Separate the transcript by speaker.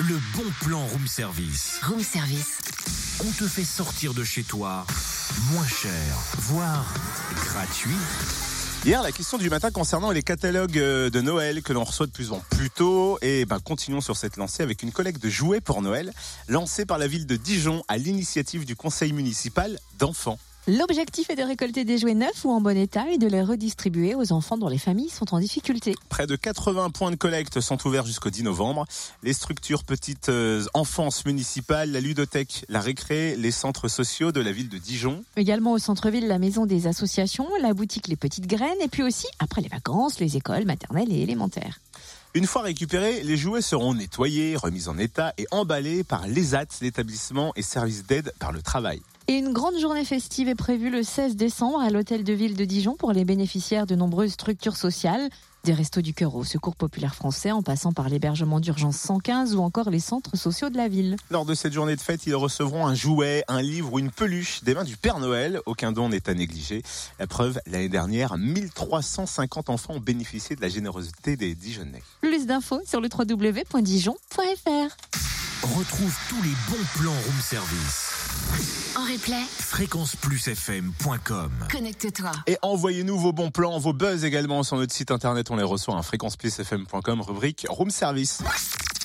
Speaker 1: Le bon plan room service.
Speaker 2: Room service.
Speaker 1: On te fait sortir de chez toi moins cher, voire gratuit.
Speaker 3: Hier, la question du matin concernant les catalogues euh, de Noël que l'on reçoit de plus en plus tôt. Et ben, continuons sur cette lancée avec une collecte de jouets pour Noël lancée par la ville de Dijon à l'initiative du conseil municipal d'enfants.
Speaker 4: L'objectif est de récolter des jouets neufs ou en bon état et de les redistribuer aux enfants dont les familles sont en difficulté.
Speaker 3: Près de 80 points de collecte sont ouverts jusqu'au 10 novembre. Les structures petites euh, enfance municipale, la ludothèque, la récré, les centres sociaux de la ville de Dijon.
Speaker 4: Également au centre-ville, la maison des associations, la boutique Les Petites Graines et puis aussi, après les vacances, les écoles maternelles et élémentaires.
Speaker 3: Une fois récupérés, les jouets seront nettoyés, remis en état et emballés par l'ESAT, l'établissement et service d'aide par le travail.
Speaker 4: Et une grande journée festive est prévue le 16 décembre à l'hôtel de ville de Dijon pour les bénéficiaires de nombreuses structures sociales, des restos du cœur au Secours populaire français en passant par l'hébergement d'urgence 115 ou encore les centres sociaux de la ville.
Speaker 3: Lors de cette journée de fête, ils recevront un jouet, un livre ou une peluche des mains du Père Noël. Aucun don n'est à négliger. La preuve, l'année dernière, 1350 enfants ont bénéficié de la générosité des Dijonnais.
Speaker 4: Plus d'infos sur le www.dijon.fr.
Speaker 1: Retrouve tous les bons plans room service.
Speaker 2: En replay,
Speaker 1: fréquenceplusfm.com
Speaker 2: connecte-toi.
Speaker 3: Et envoyez-nous vos bons plans, vos buzz également sur notre site internet. On les reçoit à fréquenceplusfm.com, rubrique Room Service.